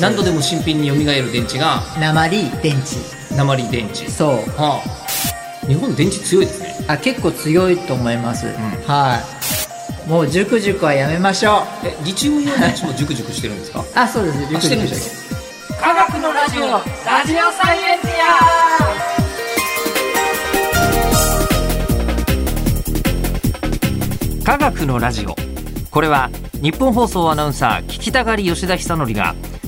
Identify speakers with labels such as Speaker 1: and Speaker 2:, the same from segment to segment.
Speaker 1: 何度でも新品に蘇る電池が
Speaker 2: 鉛電池
Speaker 1: 鉛電池
Speaker 2: そう
Speaker 1: はあ日本電池強いですね
Speaker 2: あ結構強いと思います、はいもうジュクジュクはやめましょう
Speaker 1: えリチウムイオン電池もジュクジュクしてるんですか
Speaker 2: あそうですジ
Speaker 1: あ
Speaker 2: ュ
Speaker 1: し
Speaker 2: クジ
Speaker 1: て
Speaker 2: ュ
Speaker 1: るん
Speaker 2: ク
Speaker 1: で
Speaker 2: して
Speaker 1: すか
Speaker 2: 科学のラジオラジオサイエンティ
Speaker 3: 科学のラジオこれは日本放送アナウンサー聞きたがり吉田久典が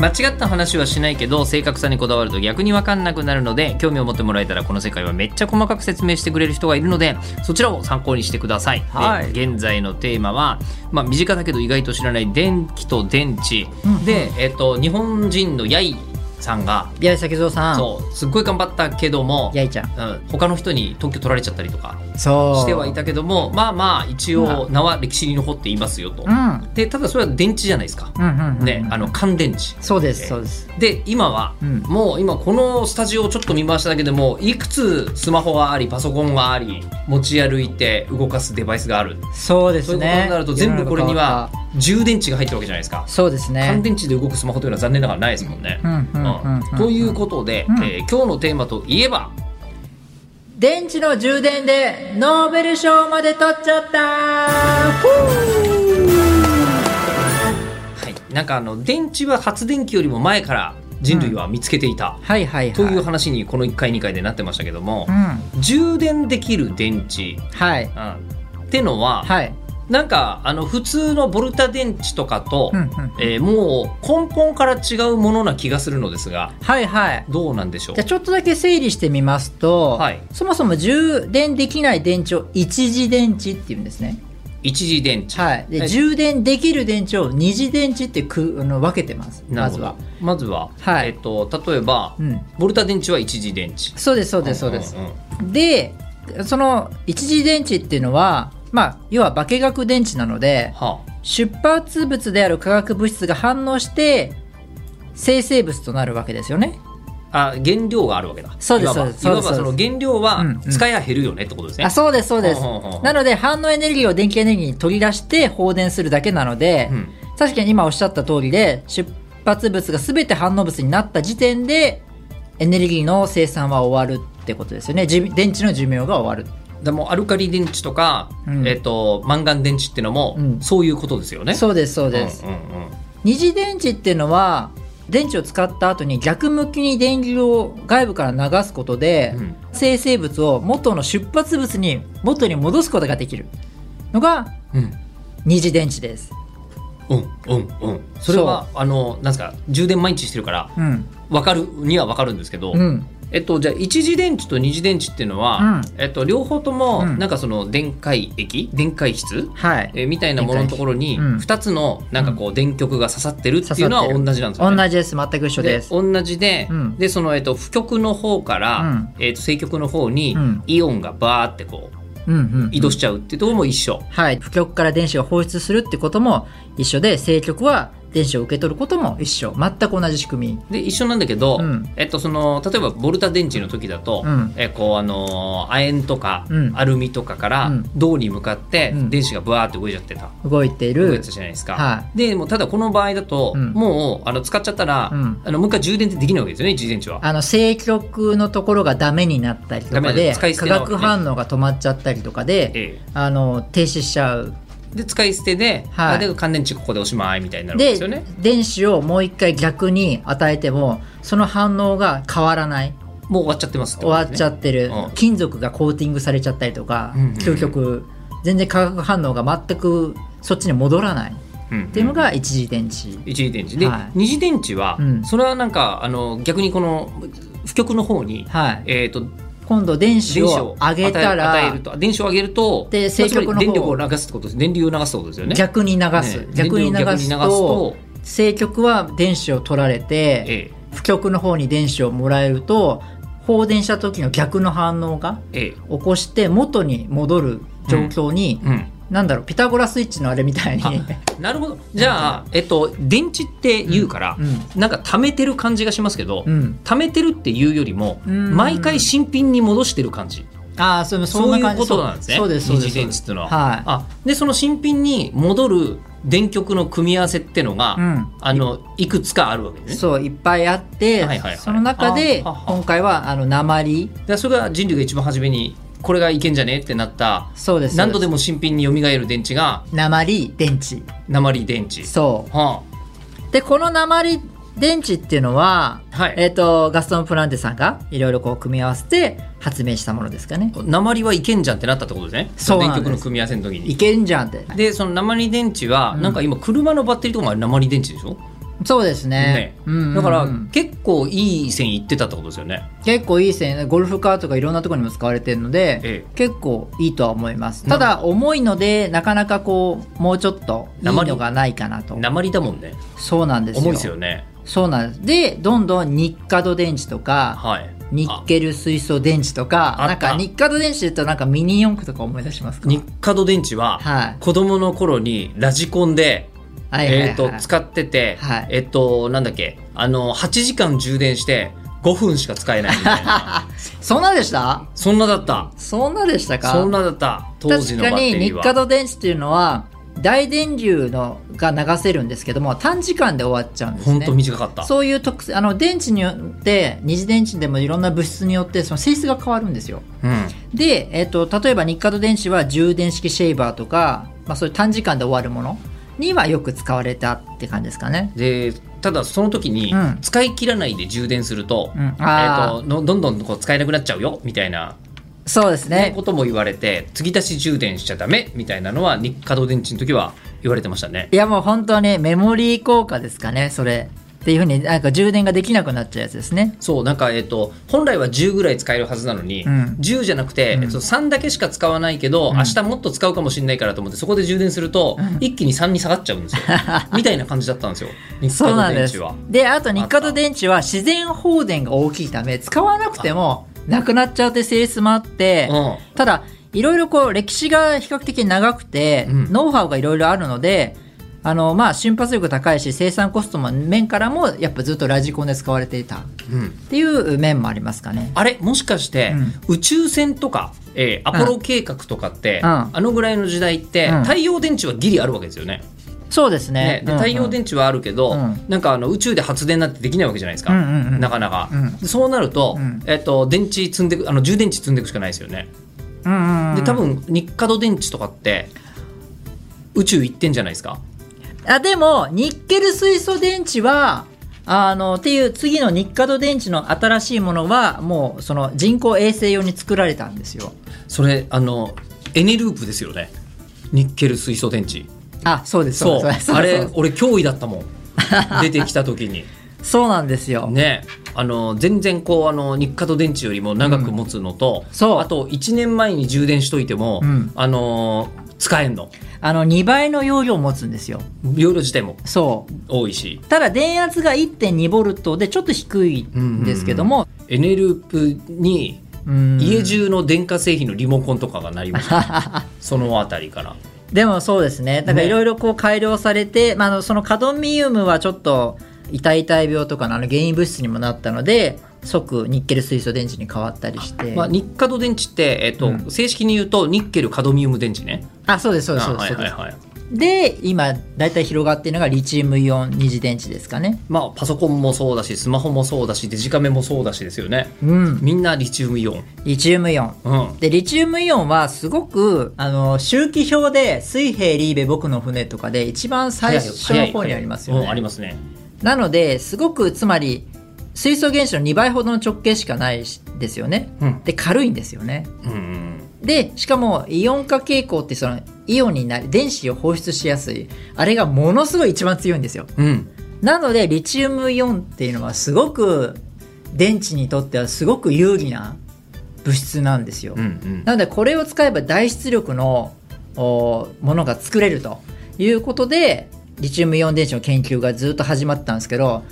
Speaker 1: 間違った話はしないけど正確さにこだわると逆に分かんなくなるので興味を持ってもらえたらこの世界はめっちゃ細かく説明してくれる人がいるのでそちらを参考にしてください、で
Speaker 2: はい
Speaker 1: 現在のテーマは、まあ、身近だけど意外と知らない電気と電池、
Speaker 2: うん
Speaker 1: で、えっと日本人のやいさんが、
Speaker 2: 八重崎蔵さん
Speaker 1: そうすっごい頑張ったけども
Speaker 2: やいちゃん
Speaker 1: うん、他の人に特許取られちゃったりとか
Speaker 2: そう
Speaker 1: してはいたけどもまあまあ一応名は歴史に残っていますよと
Speaker 2: う。ん
Speaker 1: でただそれは電池じゃないですか。
Speaker 2: うんうんうん
Speaker 1: ね、あの乾電池
Speaker 2: そうで
Speaker 1: え
Speaker 2: す
Speaker 1: ー
Speaker 2: そうです
Speaker 1: で今は、
Speaker 2: うん
Speaker 1: もう今このスタジオをちょっと見回しただけでもいくつスマホがありパソコンがあり持ち歩いて動かすデバイスがある
Speaker 2: そうで
Speaker 1: そういう
Speaker 2: す
Speaker 1: こと
Speaker 2: ね
Speaker 1: になると全部これに
Speaker 2: 世の中
Speaker 1: は充電池が入ってるわけじゃないですか、
Speaker 2: そうです
Speaker 1: 乾
Speaker 2: ね
Speaker 1: 電池で動くスマホというのは残念ながらないですもんね。
Speaker 2: うんうんうんうん
Speaker 1: ということで、
Speaker 2: うん
Speaker 1: えー今日のテーマといえば
Speaker 2: 電池の充電でノーベル賞まで取っちゃったふう
Speaker 1: はい、なんかあの電池は発電機よりも前から人類は見つけていた、
Speaker 2: はいはいはい
Speaker 1: という話にこの1回2回でなってましたけども
Speaker 2: う、ん
Speaker 1: 充電できる電池、
Speaker 2: はい
Speaker 1: うん、ってのは、
Speaker 2: はい
Speaker 1: なんかあの普通のボルタ電池とかと、
Speaker 2: うんうん
Speaker 1: えーもう根本から違うものな気がするのですが
Speaker 2: はいはい
Speaker 1: どうなんでしょう
Speaker 2: じゃあちょっとだけ整理してみますと、
Speaker 1: はい
Speaker 2: そもそも充電できない電池を一次電池っていうんですね、
Speaker 1: 一次電池、
Speaker 2: はい、で
Speaker 1: はい
Speaker 2: 充電できる電池を二次電池ってくあの分けてます
Speaker 1: な
Speaker 2: ま
Speaker 1: るほ
Speaker 2: ず
Speaker 1: ど
Speaker 2: は、
Speaker 1: まずは、
Speaker 2: はい
Speaker 1: えっと例えば、
Speaker 2: うん、
Speaker 1: ボルタ電池は一次電池
Speaker 2: そうですそうですそうです、
Speaker 1: んんん
Speaker 2: でその一次電池っていうのはまあ要は化学電池なので
Speaker 1: はあ
Speaker 2: 出発物である化学物質が反応して生成物となるわけですよね
Speaker 1: あ原料があるわけだ
Speaker 2: そうです
Speaker 1: いわば
Speaker 2: そうですそうです
Speaker 1: いわばその原料は
Speaker 2: うんうん
Speaker 1: 使いは減るよねってことですね、
Speaker 2: あそうですそうで
Speaker 1: ほ
Speaker 2: す
Speaker 1: うほうほう
Speaker 2: なので反応エネルギーを電気エネルギーに取り出して放電するだけなので、
Speaker 1: うん
Speaker 2: 確かに今おっしゃった通りで出発物が全て反応物になった時点でエネルギーの生産は終わるってことですよねじ電池の寿命が終わる
Speaker 1: でもアルカリ電池とか、
Speaker 2: うん
Speaker 1: えっとマンガン電池ってのも、
Speaker 2: うん
Speaker 1: そういうことですよね
Speaker 2: そうですそう
Speaker 1: う
Speaker 2: です、
Speaker 1: んうんうん
Speaker 2: 二次電池っていうのは電池を使った後に逆向きに電流を外部から流すことで、
Speaker 1: うん
Speaker 2: 生成物を元の出発物に元に戻すことができるのが
Speaker 1: うん
Speaker 2: 二次電池です、
Speaker 1: うんうんうんそれはあのなんですか充電毎日してるから
Speaker 2: うん
Speaker 1: 分かるには分かるんですけど、
Speaker 2: うん、
Speaker 1: えっとじゃあ一次電池と二次電池っていうのは、
Speaker 2: うん
Speaker 1: えっと両方とも
Speaker 2: うん
Speaker 1: なんかその電解液電解質
Speaker 2: はい
Speaker 1: えーみたいなもののところに
Speaker 2: 電解質うん
Speaker 1: 2つのなんかこう電極が刺さってるっていうのは
Speaker 2: 刺さってる
Speaker 1: 同じなんですよね。
Speaker 2: 同じです全く一緒です
Speaker 1: 同じで,、
Speaker 2: うん
Speaker 1: でその、えっと負極の方から、
Speaker 2: うん
Speaker 1: えっと正極の方に
Speaker 2: うん
Speaker 1: イオンがバーってこう
Speaker 2: うんうん
Speaker 1: 移動しちゃうっていうところも一緒。
Speaker 2: はい負極から電子を放出するってことも一緒で正極は電子を受け取ることも一緒全く同じ仕組み
Speaker 1: で一緒なんだけど、
Speaker 2: うん
Speaker 1: えっと、その例えばボルタ電池の時だと、
Speaker 2: うん
Speaker 1: えこうあの亜鉛とか、
Speaker 2: うん
Speaker 1: アルミとかから
Speaker 2: うん
Speaker 1: 銅に向かって
Speaker 2: うん
Speaker 1: 電子がブワーって動いちゃってた。
Speaker 2: 動いてい
Speaker 1: 動い
Speaker 2: る
Speaker 1: てたじゃないですか、
Speaker 2: は
Speaker 1: でもうただこの場合だと、
Speaker 2: うん
Speaker 1: もうあの使っちゃったら、
Speaker 2: うん
Speaker 1: あのもう一回充電ってできないわけですよね一時電池は。
Speaker 2: あの正極のところがダメになったりと
Speaker 1: ダメ
Speaker 2: か
Speaker 1: だよ
Speaker 2: で
Speaker 1: 使い捨
Speaker 2: 化
Speaker 1: てなわけ
Speaker 2: 学
Speaker 1: ね
Speaker 2: 反応が止まっちゃったりとかで
Speaker 1: え
Speaker 2: あの停止しちゃう
Speaker 1: えで使い捨てで,、
Speaker 2: はい
Speaker 1: あで乾電池ここでおしまいみたいになるわけ
Speaker 2: で
Speaker 1: ですよね。
Speaker 2: 電子をもう一回逆に与えてもその反応が変わらない
Speaker 1: もう終わっちゃってますて
Speaker 2: 終わっちゃ
Speaker 1: て。
Speaker 2: ってる、
Speaker 1: うん
Speaker 2: 金属がコーティングされちゃったりとか、
Speaker 1: うんうんうん
Speaker 2: 究極全然化学反応が全くそっちに戻らないっ
Speaker 1: うん
Speaker 2: ていうのが一時電池、
Speaker 1: 一時電池で、
Speaker 2: はい
Speaker 1: 二次電池は、
Speaker 2: うん
Speaker 1: それはなんかあの逆にこの負極の方に、
Speaker 2: はい
Speaker 1: えー、と
Speaker 2: 今度電子
Speaker 1: 電子を
Speaker 2: を上げたら
Speaker 1: 与え与えると電子を上げると
Speaker 2: で
Speaker 1: つまり
Speaker 2: 正極の方
Speaker 1: 電力を流すってことです電流を流すってことですよね
Speaker 2: 逆に流す、
Speaker 1: ね
Speaker 2: 逆に
Speaker 1: 電流を
Speaker 2: 流
Speaker 1: 逆
Speaker 2: す
Speaker 1: に流す
Speaker 2: と
Speaker 1: と
Speaker 2: 正極は電子を取られて
Speaker 1: ええ
Speaker 2: 負極の方に電子をもらえると放電した時の逆の反応が
Speaker 1: ええ
Speaker 2: 起こして元に戻る状況に、
Speaker 1: うん
Speaker 2: なんだろうピタゴラスイッチのあれみたいに
Speaker 1: あなるほどじゃあ、えっと、電池って言うから、
Speaker 2: う
Speaker 1: なんか溜めてる感じがしますけど、
Speaker 2: ん、うん、
Speaker 1: 溜めてるっていうよりも
Speaker 2: うん
Speaker 1: 毎回新品に戻してる感じ
Speaker 2: ああその
Speaker 1: そ
Speaker 2: そん
Speaker 1: う
Speaker 2: ない感
Speaker 1: う
Speaker 2: じ
Speaker 1: ことなんですね
Speaker 2: そうですそうです
Speaker 1: 二次電池っていうのは。
Speaker 2: はい
Speaker 1: あでその新品に戻る電極の組み合わせってのが、
Speaker 2: うん
Speaker 1: あのいくつかあるわけですね。
Speaker 2: そういっぱいあって、
Speaker 1: はいはいはい
Speaker 2: その中で
Speaker 1: あはは
Speaker 2: 今回はあの鉛
Speaker 1: でそれが人類が一番初めにこれがいけんじゃねってなった
Speaker 2: そうです
Speaker 1: 何度で
Speaker 2: も
Speaker 1: も新品に蘇る電池が
Speaker 2: 鉛電池
Speaker 1: 鉛電池。
Speaker 2: そ
Speaker 1: は
Speaker 2: うでこの鉛電池っていうのは、
Speaker 1: はい
Speaker 2: えっとガストン・プランテさんがいろいろこう組み合わせて発明したものですかね
Speaker 1: あ、鉛はいけんじゃんってなったってことですね
Speaker 2: そうなん
Speaker 1: 電
Speaker 2: です
Speaker 1: 極の組み合わせの時に
Speaker 2: い。けんじゃんって
Speaker 1: でその鉛電池は、
Speaker 2: うん
Speaker 1: なんか今車のバッテリーとかもあれ鉛電池でしょ、
Speaker 2: そうですねうんうんうん
Speaker 1: だから結構いい線いってたってことですよね。
Speaker 2: 結構いい線ゴルフカーとかいろんなところにも使われてるので、
Speaker 1: え
Speaker 2: 結構いいとは思いますただ重いのでなかなかこうもうちょっといいのがないかなと
Speaker 1: 鉛だもんね
Speaker 2: そうなんですよ
Speaker 1: 重いですよね。
Speaker 2: そうなんですでどんどんニッカド電池とか
Speaker 1: はい、
Speaker 2: ニッケル水素電池とか
Speaker 1: ああ
Speaker 2: な
Speaker 1: っ
Speaker 2: ん
Speaker 1: た
Speaker 2: かニッカド電池って言うとなんかミニ四駆とか思い出しますか
Speaker 1: 日課ド電池は
Speaker 2: はい
Speaker 1: 子供の頃にラジコンで、
Speaker 2: はいはいはい
Speaker 1: えー、と使ってて、
Speaker 2: はい
Speaker 1: えっ、となんだっけあの8時間充電して5分しか使えないみたい な
Speaker 2: そんなでした
Speaker 1: そんなだった
Speaker 2: そんなでしたか
Speaker 1: そんなだった当時のバッテリー
Speaker 2: 確かに
Speaker 1: は
Speaker 2: 日課ド電池っていうのは大電流のが流せるんですけども短時間で終わっちゃうんです
Speaker 1: 本
Speaker 2: ね
Speaker 1: 当短かった
Speaker 2: そういう特性あの電池によって二次電池でもいろんな物質によってその性質が変わるんですよ
Speaker 1: うん
Speaker 2: で、えっと例えば日課と電池は充電式シェーバーとか、まあ、そういう短時間で終わるものにはよく使われたって感じですかね
Speaker 1: でただその時に
Speaker 2: うん
Speaker 1: 使い切らないで充電すると,、
Speaker 2: うん
Speaker 1: え
Speaker 2: あー
Speaker 1: ー、とのどんどんこう使えなくなっちゃうよみたいな、
Speaker 2: そうです
Speaker 1: ね、
Speaker 2: ね
Speaker 1: ことも言われて継ぎ足し充電しちゃダメみたいなのは日課ド電池の時は言われてましたね
Speaker 2: いやもう本当にメモリー効果ですかねそれっていうふうになんか充電ができなくなっちゃうやつですね
Speaker 1: そうなんかえっ、と本来は10ぐらい使えるはずなのに、
Speaker 2: うん
Speaker 1: 10じゃなくて、えっと3だけしか使わないけど、明日もっと使うかもしれないからと思ってそこで充電すると、一気に3に下がっちゃうんです よみたいな感じだったんですよ日課
Speaker 2: そう
Speaker 1: の
Speaker 2: なん
Speaker 1: 電
Speaker 2: で
Speaker 1: 池
Speaker 2: す
Speaker 1: は。
Speaker 2: であと日課と電池は自然放電が大きいため使わなくてもなくなっちゃうって性質もあって、
Speaker 1: うん
Speaker 2: ただいろいろこう歴史が比較的長くて、
Speaker 1: うん
Speaker 2: ノウハウがいろいろあるのであのまあ瞬発力高いし生産コストも面からもやっぱずっとラジコンで使われていたっ
Speaker 1: うん
Speaker 2: ていう面もありますかね。
Speaker 1: あれもしかして、宇宙船とか、えーアポロ計画とかって、
Speaker 2: うん
Speaker 1: あのぐらいの時代って、
Speaker 2: うん
Speaker 1: 太陽電池はギリあるわけですよね。
Speaker 2: そうですね
Speaker 1: ねで太陽
Speaker 2: 池
Speaker 1: 電池はあるけど、
Speaker 2: うん
Speaker 1: なんかあの宇宙で発電なんてできないわけじゃないですか、
Speaker 2: うんうんうん
Speaker 1: なかなか、
Speaker 2: うん
Speaker 1: でそうなると,、
Speaker 2: うん
Speaker 1: えっと電池積んでくあの充電池積んでいくしかないですよねで多分日課度電池とかって宇宙行ってんじゃないですか
Speaker 2: あでもニッケル水素電池はあのっていう次の日課度電池の新しいものはもうその人工衛星用に作られたんですよ。
Speaker 1: それあのエネループですよねニッケル水素電池
Speaker 2: あそうです
Speaker 1: そう
Speaker 2: ですです
Speaker 1: あ
Speaker 2: そ
Speaker 1: れ
Speaker 2: うです
Speaker 1: 俺脅威だった もん出てきた時に
Speaker 2: そうなんですよ。
Speaker 1: ねあの全然こうあの日課と電池よりも長く持つのと、
Speaker 2: そう
Speaker 1: あと1年前に充電しといても、
Speaker 2: うん
Speaker 1: あの使えんの
Speaker 2: あの2倍の容量を持つんですよ。
Speaker 1: 容量自体も
Speaker 2: そう
Speaker 1: 多いした
Speaker 2: だ電圧が1.2ボルトでちょっと低いんですけども、
Speaker 1: エネループに
Speaker 2: うん
Speaker 1: 家中の電化製品のリモコンとかがなり ました、そのあたりから
Speaker 2: でもそうですねだから
Speaker 1: ね
Speaker 2: いろいろこう改良されて、まああの、そのカドミウムはちょっと痛い痛い病とかのあの原因物質にもなったので即ニッケル水素電池に変わったりして、
Speaker 1: まあ、日課と電池って、えっと
Speaker 2: うん
Speaker 1: 正式に言うとニッケルカドミウム電池ね
Speaker 2: あそうですそうで
Speaker 1: あ
Speaker 2: すそうで
Speaker 1: は
Speaker 2: す
Speaker 1: い
Speaker 2: そ
Speaker 1: は
Speaker 2: う
Speaker 1: い
Speaker 2: です
Speaker 1: はい
Speaker 2: で今大体広がっているのがリチウムイオン二次電池ですかね
Speaker 1: まあパソコンもそうだしスマホもそうだしデジカメもそうだしですよね
Speaker 2: うん
Speaker 1: みんなリチウムイオン
Speaker 2: リチウムイオン
Speaker 1: うん
Speaker 2: でリチウムイオンはすごくあの周期表で水平リーベ僕の船とかで一番最初の方にありますよ
Speaker 1: うんあり
Speaker 2: ね
Speaker 1: ますね
Speaker 2: なのですごくつまり水素原子の2倍ほどの直径しかないしですよね
Speaker 1: うん
Speaker 2: で軽いんですよね
Speaker 1: うんうん
Speaker 2: でしかもイオン化傾向ってそのイオンになり電子を放出しやすいあれがものすごい一番強いんですよ
Speaker 1: うん
Speaker 2: なのでリチウムイオンっていうのはすごく電池にとってはすごく有利な物質なんですよ、
Speaker 1: うんうん
Speaker 2: なのでこれを使えば大出力のおものが作れるということでリチウムイオン電池の研究がずっと始まってたんですけど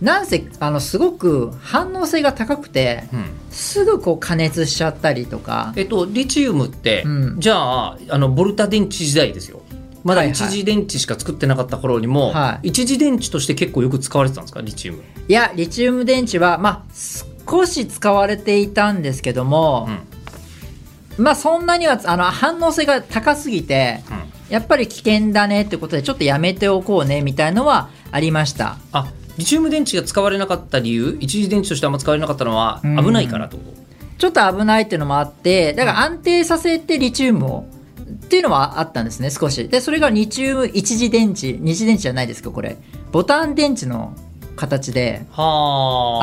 Speaker 2: なんせあのすごく反応性が高くて
Speaker 1: うん
Speaker 2: すぐこう加熱しちゃったりとか
Speaker 1: えっと、リチウムって、
Speaker 2: うん
Speaker 1: じゃああのボルタ電池時代ですよまだ
Speaker 2: はいはい
Speaker 1: 一次電池しか作ってなかった頃にも、
Speaker 2: はい
Speaker 1: 一次電池として結構よく使われてたんですかリチウム、
Speaker 2: いやリチウム電池はまあ少し使われていたんですけども、まあそんなにはあの反応性が高すぎて、やっぱり危険だねってことでちょっとやめておこうねみたいのはありました
Speaker 1: あリチウム電池が使われなかった理由一次電池としてあんま使われなかったのは
Speaker 2: うん
Speaker 1: 危ないからってこと、
Speaker 2: ちょっと危ないっていうのもあってだから安定させてリチウムをっていうのはあったんですね少しでそれがリチウム一次電池二次電池じゃないですけどこれボタン電池の形で
Speaker 1: は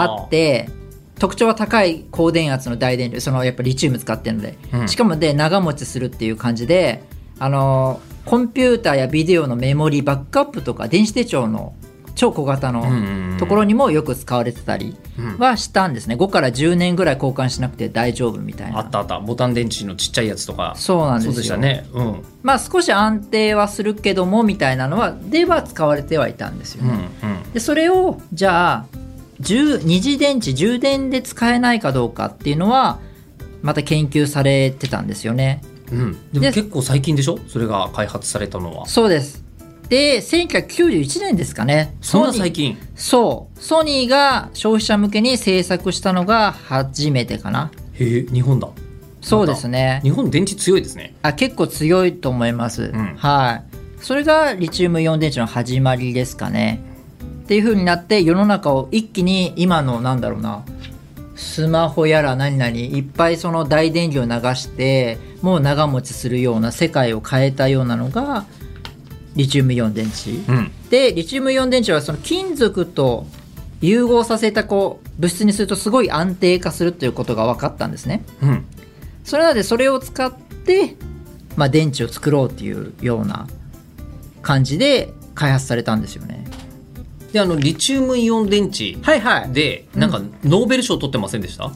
Speaker 1: あ
Speaker 2: あって特徴は高い高電圧の大電流そのやっぱリチウム使ってるので、
Speaker 1: うん
Speaker 2: しかもで長持ちするっていう感じであのコンピューターやビデオのメモリーバックアップとか電子手帳の超小型のところにもよく使われてたりはしたんですね5から10年ぐらい交換しなくて大丈夫みたいな
Speaker 1: あったあったボタン電池のちっちゃいやつとか
Speaker 2: そうなん
Speaker 1: そ
Speaker 2: ですよ
Speaker 1: うでしたねうん、うん
Speaker 2: まあ少し安定はするけどもみたいなのはでは使われてはいたんですよね、でそれをじゃあ10二次電池充電で使えないかどうかっていうのはまた研究されてたんですよね
Speaker 1: うんうん、でも
Speaker 2: で
Speaker 1: 結構最近でしょそれが開発されたのは
Speaker 2: そうですで1991年ですかね
Speaker 1: そんな
Speaker 2: ソニー
Speaker 1: 最近
Speaker 2: そうソニーが消費者向けに制作したのが初めてかな
Speaker 1: へえ日本だ
Speaker 2: そうですね
Speaker 1: 日本電池強いですね
Speaker 2: あ結構強いと思います、
Speaker 1: ん
Speaker 2: はいそれがリチウムイオン電池の始まりですかねっていう風になって世の中を一気に今のなんだろうなスマホやら何々いっぱいその大電流を流してもう長持ちするような世界を変えたようなのがリチウムイオン電池、
Speaker 1: うん
Speaker 2: でリチウムイオン電池はその金属と融合させたこう物質にするとすごい安定化するということが分かったんですね
Speaker 1: うん
Speaker 2: それなのでそれを使って、まあ、電池を作ろうっていうような感じで開発されたんですよね
Speaker 1: であのリチウムイオン電池
Speaker 2: はいはい
Speaker 1: でなんかノーベル賞取ってませんでした、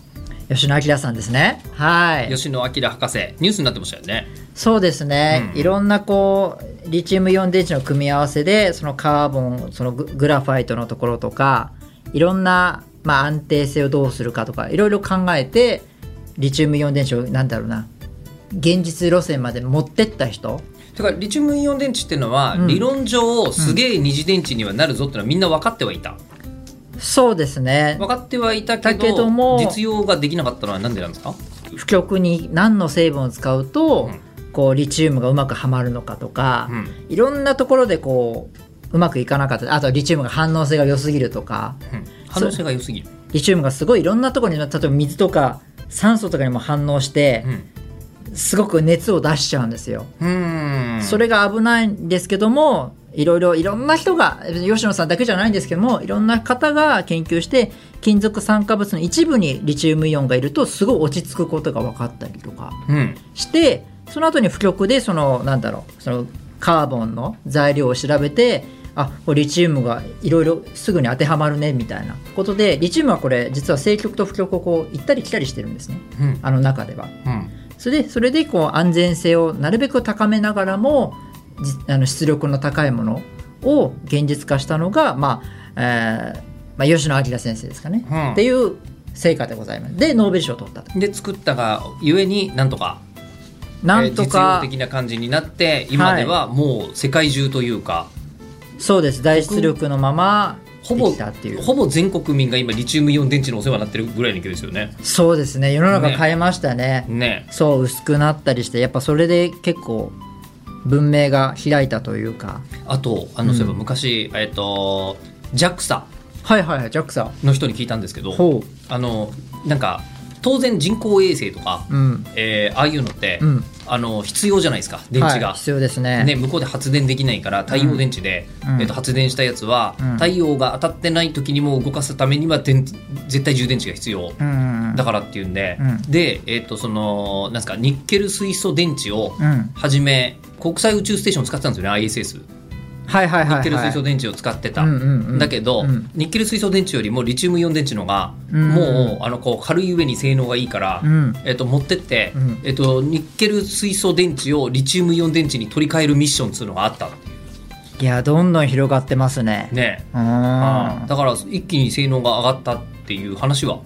Speaker 2: 吉野明さんですねはい
Speaker 1: 吉野彰博士ニュースになってましたよね
Speaker 2: そうですね、
Speaker 1: うん
Speaker 2: いろんなこうリチウムイオン電池の組み合わせでそのカーボンそのググラファイトのところとかいろんな、まあ、安定性をどうするかとかいろいろ考えてリチウムイオン電池をなんだろうな現実路線まで持ってった人
Speaker 1: だからリチウムイオン電池っていうのは、
Speaker 2: うん
Speaker 1: 理論上すげえ二次電池にはなるぞってのはみんな分かってはいた
Speaker 2: そうですね
Speaker 1: 分かってはいたけど
Speaker 2: だけども
Speaker 1: 実用ができなかったのはなんでなんですか
Speaker 2: 不極に何の成分を使うと、こうリチウムがうまくはまるのかとか、
Speaker 1: うん
Speaker 2: いろんなところでこううまくいかなかったあとはリチウムが反応性が良すぎるとか
Speaker 1: うん反応性が良すぎる、
Speaker 2: リチウムがすごいいろんなところに例えば水とか酸素とかにも反応して
Speaker 1: う、ん
Speaker 2: すごく熱を出しちゃうんですよ。
Speaker 1: うーん
Speaker 2: それが危ないんですけどもいろいろいろんな人が吉野さんだけじゃないんですけどもいろんな方が研究して金属酸化物の一部にリチウムイオンがいるとすごい落ち着くことが分かったりとか。
Speaker 1: うん
Speaker 2: してその後に負極でそのなんだろうそのカーボンの材料を調べてあこれリチウムがいろいろすぐに当てはまるねみたいなことでリチウムはこれ実は正極と負極をこう行ったり来たりしてるんですね
Speaker 1: うん
Speaker 2: あの中では。
Speaker 1: うん
Speaker 2: それでそれでこう安全性をなるべく高めながらもじあの出力の高いものを現実化したのが、まあえーまあ、吉野彰先生ですかね、
Speaker 1: うん
Speaker 2: っていう成果でございます。でノーベル賞を取ったと。
Speaker 1: で作ったがゆえになんとか
Speaker 2: なんと
Speaker 1: えー
Speaker 2: か、
Speaker 1: 実用的な感じになって今ではもう世界中というか、
Speaker 2: そうです大出力のまま
Speaker 1: ほぼ
Speaker 2: できたっていう
Speaker 1: ほぼ全国民が今リチウムイオン電池のお世話になってるぐらいの勢いですよね。
Speaker 2: そうですね世の中変えましたね
Speaker 1: ね
Speaker 2: そう薄くなったりしてやっぱそれで結構文明が開いたというか
Speaker 1: あとあの、
Speaker 2: うん
Speaker 1: そういえば昔、えっと JAXA
Speaker 2: はいはいはいジャックさん
Speaker 1: の人に聞いたんですけど
Speaker 2: ほ
Speaker 1: あのなんか当然人工衛星とか、
Speaker 2: ううん
Speaker 1: えーああいうのって、
Speaker 2: うん
Speaker 1: あの必要じゃないですか電池が。
Speaker 2: はい必要ですね
Speaker 1: ね、向こうで発電できないから太陽電池で、
Speaker 2: うん
Speaker 1: えっと発電したやつは、
Speaker 2: うん
Speaker 1: 太陽が当たってない時にも動かすためには電絶対充電池が必要
Speaker 2: うん
Speaker 1: だからっていうんで、
Speaker 2: うん
Speaker 1: で、えっとそのなんですかニッケル水素電池を
Speaker 2: うん
Speaker 1: はじめ国際宇宙ステーション使ってたんですよね ISS ニ
Speaker 2: はいはいはいはい
Speaker 1: ッケル水素電池を使ってた、
Speaker 2: うんうんうん
Speaker 1: だけど、
Speaker 2: うん
Speaker 1: ニッケル水素電池よりもリチウムイオン電池のが、
Speaker 2: うん
Speaker 1: もうあのこう軽い上に性能がいいから、
Speaker 2: うん
Speaker 1: えっと持ってって、
Speaker 2: うん
Speaker 1: えっとニッケル水素電池をリチウムイオン電池に取り替えるミッションっつうのがあったの
Speaker 2: いやどんどん広がってますね
Speaker 1: ね
Speaker 2: うん
Speaker 1: だから一気に性能が上がったっていう話は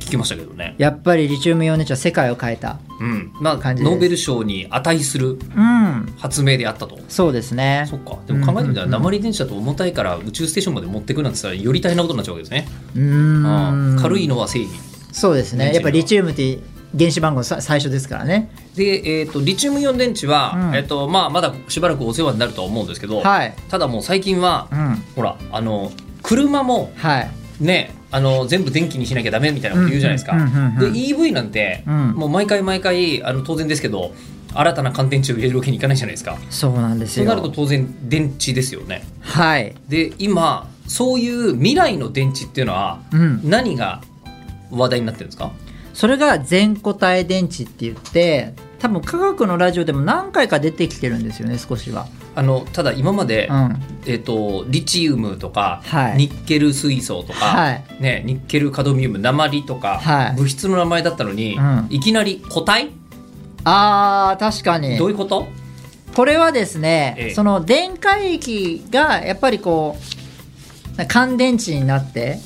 Speaker 1: 聞ききましたけどね。
Speaker 2: やっぱりリチウムイオン電池は世界を変えた
Speaker 1: うん。まあ、
Speaker 2: 感じです
Speaker 1: ノーベル賞に値する
Speaker 2: うん
Speaker 1: 発明であったと。
Speaker 2: そうですね
Speaker 1: そっか。でも考えてみたら、
Speaker 2: うんうんうん
Speaker 1: 鉛電池だと重たいから宇宙ステーションまで持ってくなんて言ったら、より大変なことになっちゃうわけですね。
Speaker 2: うー
Speaker 1: あ
Speaker 2: ん
Speaker 1: あ軽いのは正義。
Speaker 2: そうですねやっぱりリチウムって原子番号さ最初ですからね
Speaker 1: で、えっとリチウムイオン電池は、
Speaker 2: うん
Speaker 1: えっとまあ、まだしばらくお世話になるとは思うんですけど、
Speaker 2: はい
Speaker 1: ただもう最近は、
Speaker 2: うん
Speaker 1: ほらあの車も
Speaker 2: はい
Speaker 1: ねあの全部電気にしなきゃダメみたいなこと言うじゃないですか。
Speaker 2: うんうんうんうんう
Speaker 1: で
Speaker 2: ん
Speaker 1: EV なんて、
Speaker 2: うん
Speaker 1: もう毎回毎回あの当然ですけど新たな乾電池を入れるわけにいかないじゃないですか。
Speaker 2: そうなんです
Speaker 1: そう
Speaker 2: よ
Speaker 1: なると当然電池ですよね。
Speaker 2: はい
Speaker 1: で今そういう未来の電池っていうのは、
Speaker 2: うん
Speaker 1: 何が話題になってるんですか
Speaker 2: それが全固体電池って言って多分科学のラジオでも何回か出てきてるんですよね少しは
Speaker 1: あのただ今まで、
Speaker 2: うん
Speaker 1: えっとリチウムとか、
Speaker 2: はい
Speaker 1: ニッケル水素とか、
Speaker 2: はい
Speaker 1: ね、ニッケルカドミウム鉛とか、
Speaker 2: はい
Speaker 1: 物質の名前だったのに、
Speaker 2: うん
Speaker 1: いきなり固体
Speaker 2: あー確かに
Speaker 1: どういうこと
Speaker 2: これはです
Speaker 1: え
Speaker 2: ね
Speaker 1: え
Speaker 2: その電解液がやっぱりこう乾電池になって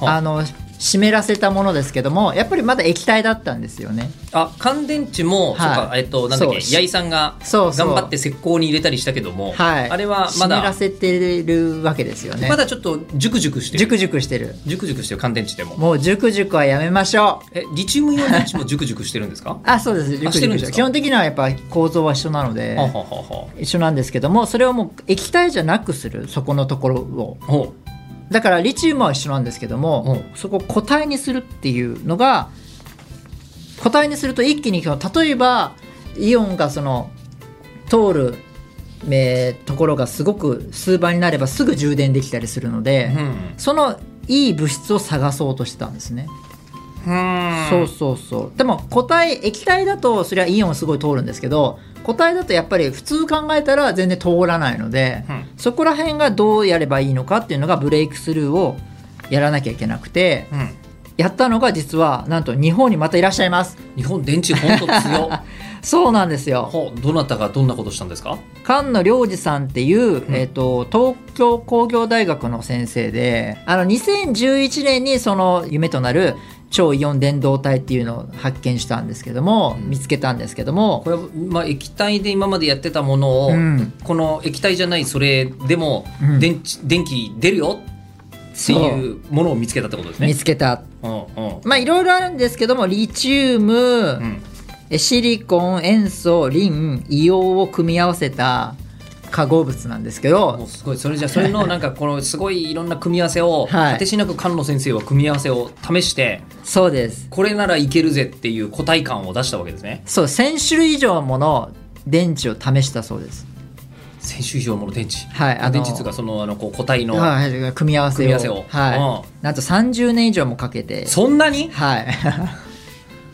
Speaker 1: はあ
Speaker 2: あの湿らせたものですけどもやっぱりまだ液体だったんですよね
Speaker 1: あ乾電池も、
Speaker 2: はい
Speaker 1: そうかえっとなんだっけ
Speaker 2: そう
Speaker 1: 八重さんが
Speaker 2: そうそう
Speaker 1: 頑張って石膏に入れたりしたけども、
Speaker 2: はい
Speaker 1: あれはまだ
Speaker 2: 湿らせてるわけですよね
Speaker 1: まだちょっとジュクジュクして
Speaker 2: ジュ
Speaker 1: る
Speaker 2: クジュクしてる
Speaker 1: ジュクジュクしてる乾電池でも
Speaker 2: もうジュクジュクはやめましょう
Speaker 1: えリチウムイオン電池もジュクジュクしてるんですか
Speaker 2: あそうですジュク
Speaker 1: し
Speaker 2: ジ
Speaker 1: て
Speaker 2: ュ
Speaker 1: るん
Speaker 2: ク
Speaker 1: です
Speaker 2: して
Speaker 1: か
Speaker 2: 基本的にはやっぱ構造は一緒なので
Speaker 1: はははは
Speaker 2: 一緒なんですけどもそれをもう液体じゃなくするそこのところを
Speaker 1: ほう
Speaker 2: だからリチウムは一緒なんですけども、そこを固体にするっていうのが固体にすると一気にこう例えばイオンがその通る、えーところがすごく数倍になればすぐ充電できたりするので、
Speaker 1: うん
Speaker 2: そのいい物質を探そうとしてたんですね、そうそうそうでも固体液体だとそれはイオンすごい通るんですけど固体だとやっぱり普通考えたら全然通らないので、
Speaker 1: うん
Speaker 2: そこら辺がどうやればいいのかっていうのがブレイクスルーをやらなきゃいけなくて
Speaker 1: うん
Speaker 2: やったのが実はなんと日本にまたいらっしゃいます
Speaker 1: 日本電池本当強
Speaker 2: そうなんですよ
Speaker 1: ほうどなたがどんなことしたんですか
Speaker 2: 菅野良二さんっていう、
Speaker 1: うん
Speaker 2: えっと東京工業大学の先生であの2011年にその夢となる超イオン電動体っていうのを発見したんですけども、
Speaker 1: うん
Speaker 2: 見つけたんですけども
Speaker 1: これは、まあ、液体で今までやってたものを、
Speaker 2: うん
Speaker 1: この液体じゃないそれでも、
Speaker 2: うん
Speaker 1: 電池電気出るよっていうものを見つけたってことです
Speaker 2: 見
Speaker 1: ね。
Speaker 2: つけた
Speaker 1: うんうん
Speaker 2: まあいろいろあるんですけどもリチウム、
Speaker 1: うん
Speaker 2: えシリコン塩素リン硫黄を組み合わせた化合物なんですけ
Speaker 1: も
Speaker 2: ど
Speaker 1: うすごいそれじゃあそれのなんかこのすごいいろんな組み合わせを、
Speaker 2: はい
Speaker 1: 果てしなく菅野先生は組み合わせを試して
Speaker 2: そうです
Speaker 1: これならいけるぜっていう個体感を出したわけですね
Speaker 2: そう1000種類以上もの電池を試したそうです
Speaker 1: 先週以上もの電池、
Speaker 2: はいあの
Speaker 1: 電池っていうかそのあのこう個体の、
Speaker 2: はい、組み合わせを
Speaker 1: 組み合わせを
Speaker 2: は
Speaker 1: う
Speaker 2: い、なんと30年以上もかけて
Speaker 1: そんなに
Speaker 2: はい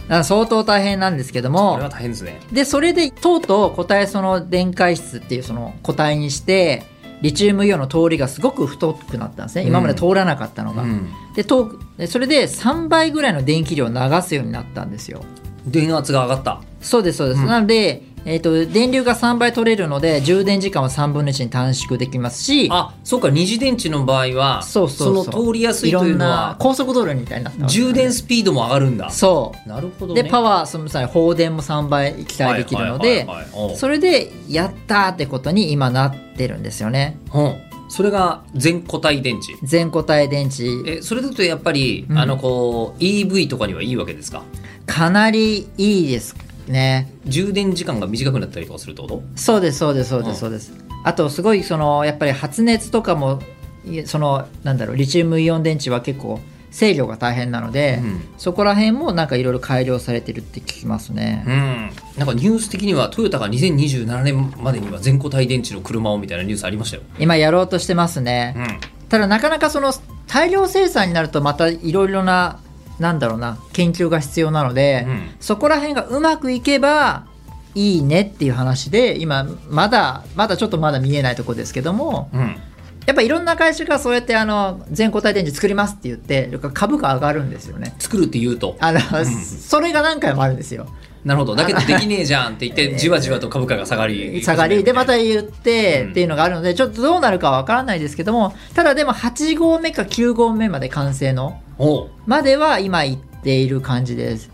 Speaker 2: だから相当大変なんですけど
Speaker 1: こ
Speaker 2: も
Speaker 1: れは大変ですね
Speaker 2: でそれでとうとう固体その電解質っていうその固体にしてリチウムイオンの通りがすごく太くなったんですね、今まで通らなかったのが、
Speaker 1: うん
Speaker 2: でとうでそれで3倍ぐらいの電気量を流すようになったんですよ
Speaker 1: 電圧が上がった
Speaker 2: そうですそうです、
Speaker 1: うん
Speaker 2: なので、えー、と電流が3倍取れるので充電時間は3分の1に短縮できますし
Speaker 1: あそうか二次電池の場合は
Speaker 2: そうそうそう
Speaker 1: の通りやすいというの
Speaker 2: ろんな
Speaker 1: は
Speaker 2: 高速道路みたいになったわけ
Speaker 1: 充電スピードも上がるんだ
Speaker 2: そ
Speaker 1: なるほ
Speaker 2: う
Speaker 1: ど、ね、
Speaker 2: でパワーその際放電も3倍期待できるので
Speaker 1: はいはいはいはい
Speaker 2: それでやったーってことに今なってるんですよね
Speaker 1: うんうんそれが全固体電池
Speaker 2: 全固体電池
Speaker 1: えそれだとやっぱり、
Speaker 2: うん
Speaker 1: あのこう EV とかにはいいわけですか
Speaker 2: かなりいいですね
Speaker 1: 充電時間が短くなったりとかするってこと
Speaker 2: そうですそうですそう
Speaker 1: う
Speaker 2: で
Speaker 1: ん
Speaker 2: すそうです、あとすごいそのやっぱり発熱とかもいそのなんだろうリチウムイオン電池は結構制御が大変なので、
Speaker 1: うん
Speaker 2: そこら辺もなんかいろいろ改良されてるって聞きますね、
Speaker 1: うんなんかニュース的にはトヨタが2027年までには全固体電池の車をみたいなニュースありましたよ、
Speaker 2: 今やろうとしてますね、
Speaker 1: ん、
Speaker 2: ただなかなかその大量生産になるとまたいろいろななんだろうな研究が必要なので、
Speaker 1: うん
Speaker 2: そこら辺がうまくいけばいいねっていう話で今まだまだちょっとまだ見えないとこですけども、
Speaker 1: うん
Speaker 2: やっぱいろんな会社がそうやってあの全固体電池作りますって言って株価上がるんですよね。
Speaker 1: 作るって言うと
Speaker 2: あの、それが何回もあるんですよ。
Speaker 1: なるほどだけどできねえじゃんって言 ってじわじわと株価が下がり
Speaker 2: 下がりでまた言っ
Speaker 1: う
Speaker 2: て
Speaker 1: ん
Speaker 2: っていうのがあるのでちょっとどうなるかは分からないですけどもただでも8合目か9合目まで完成の
Speaker 1: おう
Speaker 2: までは今行っっている感じです。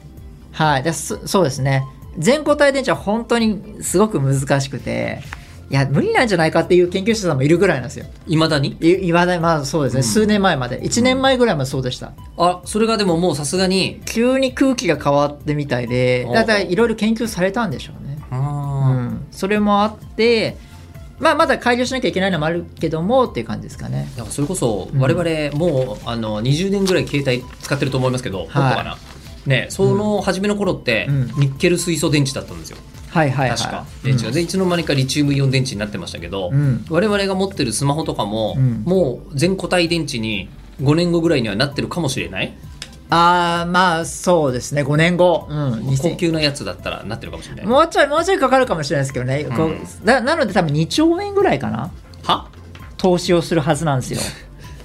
Speaker 2: はい、でそそうですね全固体電池は本当にすごく難しくていや無理なんじゃないかっていう研究者さんもいるぐらいなんですよ。
Speaker 1: いまだに
Speaker 2: いいまだまあそうですね、数年前まで1年前ぐらいまでそうでした。
Speaker 1: あそれがでももうさすがに
Speaker 2: 急に空気が変わってみたいで
Speaker 1: おう
Speaker 2: だからいろいろ研究されたんでしょうね。う
Speaker 1: あ
Speaker 2: ん、それもあって、まあ、まだ改良しなきゃいけないのもあるけどもっていう感じですかね。
Speaker 1: ーだからそれこそ
Speaker 2: ん
Speaker 1: 我々もう、あの20年ぐらい携帯使ってると思いますけど、本当かなねその初めの頃って、
Speaker 2: うん
Speaker 1: ニッケル水素電池だったんですよ
Speaker 2: はいはいはい。
Speaker 1: 確か、電池が、でいつの間にかリチウムイオン電池になってましたけど、
Speaker 2: うん
Speaker 1: 我々が持ってるスマホとかも、
Speaker 2: うん
Speaker 1: もう全固体電池に5年後ぐらいにはなってるかもしれない
Speaker 2: ああまあそうですね5年後、うん、
Speaker 1: 高
Speaker 2: 2000
Speaker 1: 級なやつだったらなってるかもしれない
Speaker 2: もうちょいもうちょいかかるかもしれないですけどね、こう
Speaker 1: うん
Speaker 2: ななので多分2兆円ぐらいかな
Speaker 1: は
Speaker 2: 投資をするはずなんですよ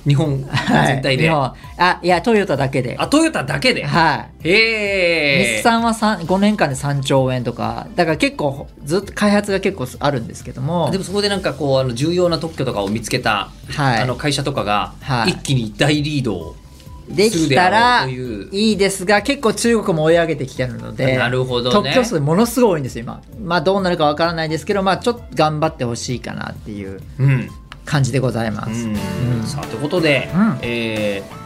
Speaker 1: 日本 全体で、
Speaker 2: はい日本あいやトヨタだけで
Speaker 1: あトヨタだけで
Speaker 2: はい
Speaker 1: へえ
Speaker 2: 日産は5年間で3兆円とかだから結構ずっと開発が結構あるんですけども
Speaker 1: でもそこでなんかこうあの重要な特許とかを見つけた、
Speaker 2: はい
Speaker 1: あの会社とかが
Speaker 2: はい
Speaker 1: 一気に大リードを
Speaker 2: できたら
Speaker 1: する
Speaker 2: い
Speaker 1: であろうという
Speaker 2: いですが結構中国も追い上げてきてるので
Speaker 1: なるほどね
Speaker 2: 特許数ものすごい多いんですよ今まあどうなるかわからないですけどまあちょっと頑張ってほしいかなっていう
Speaker 1: うん
Speaker 2: 感じでございま
Speaker 1: う
Speaker 2: す、
Speaker 1: んさあということで、
Speaker 2: うん
Speaker 1: えー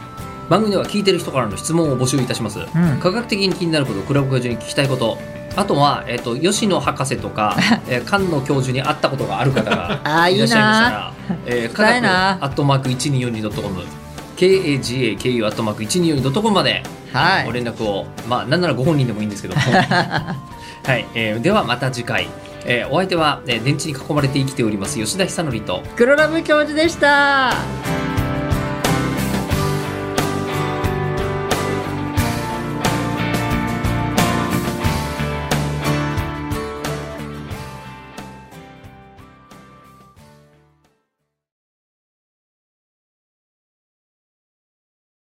Speaker 1: 番組では聞いてる人からの質問を募集いたします、
Speaker 2: ん
Speaker 1: 科学的に気になることクラブ教授に聞きたいことあとは、えっと吉野博士と か、えー菅野教授に会ったことがある方
Speaker 2: あ
Speaker 1: が
Speaker 2: ー
Speaker 1: いらっしゃいましたらえー科
Speaker 2: 辛
Speaker 1: 学
Speaker 2: いな
Speaker 1: アットマーク 1242.com KAGAKU アットマーク 1242.com まで
Speaker 2: はい
Speaker 1: ご連絡をまあなんならご本人でもいいんですけ どもはい、えーではまた次回、えーお相手は、えー電池に囲まれて生きております吉田久典と
Speaker 2: 黒ラブ教授でした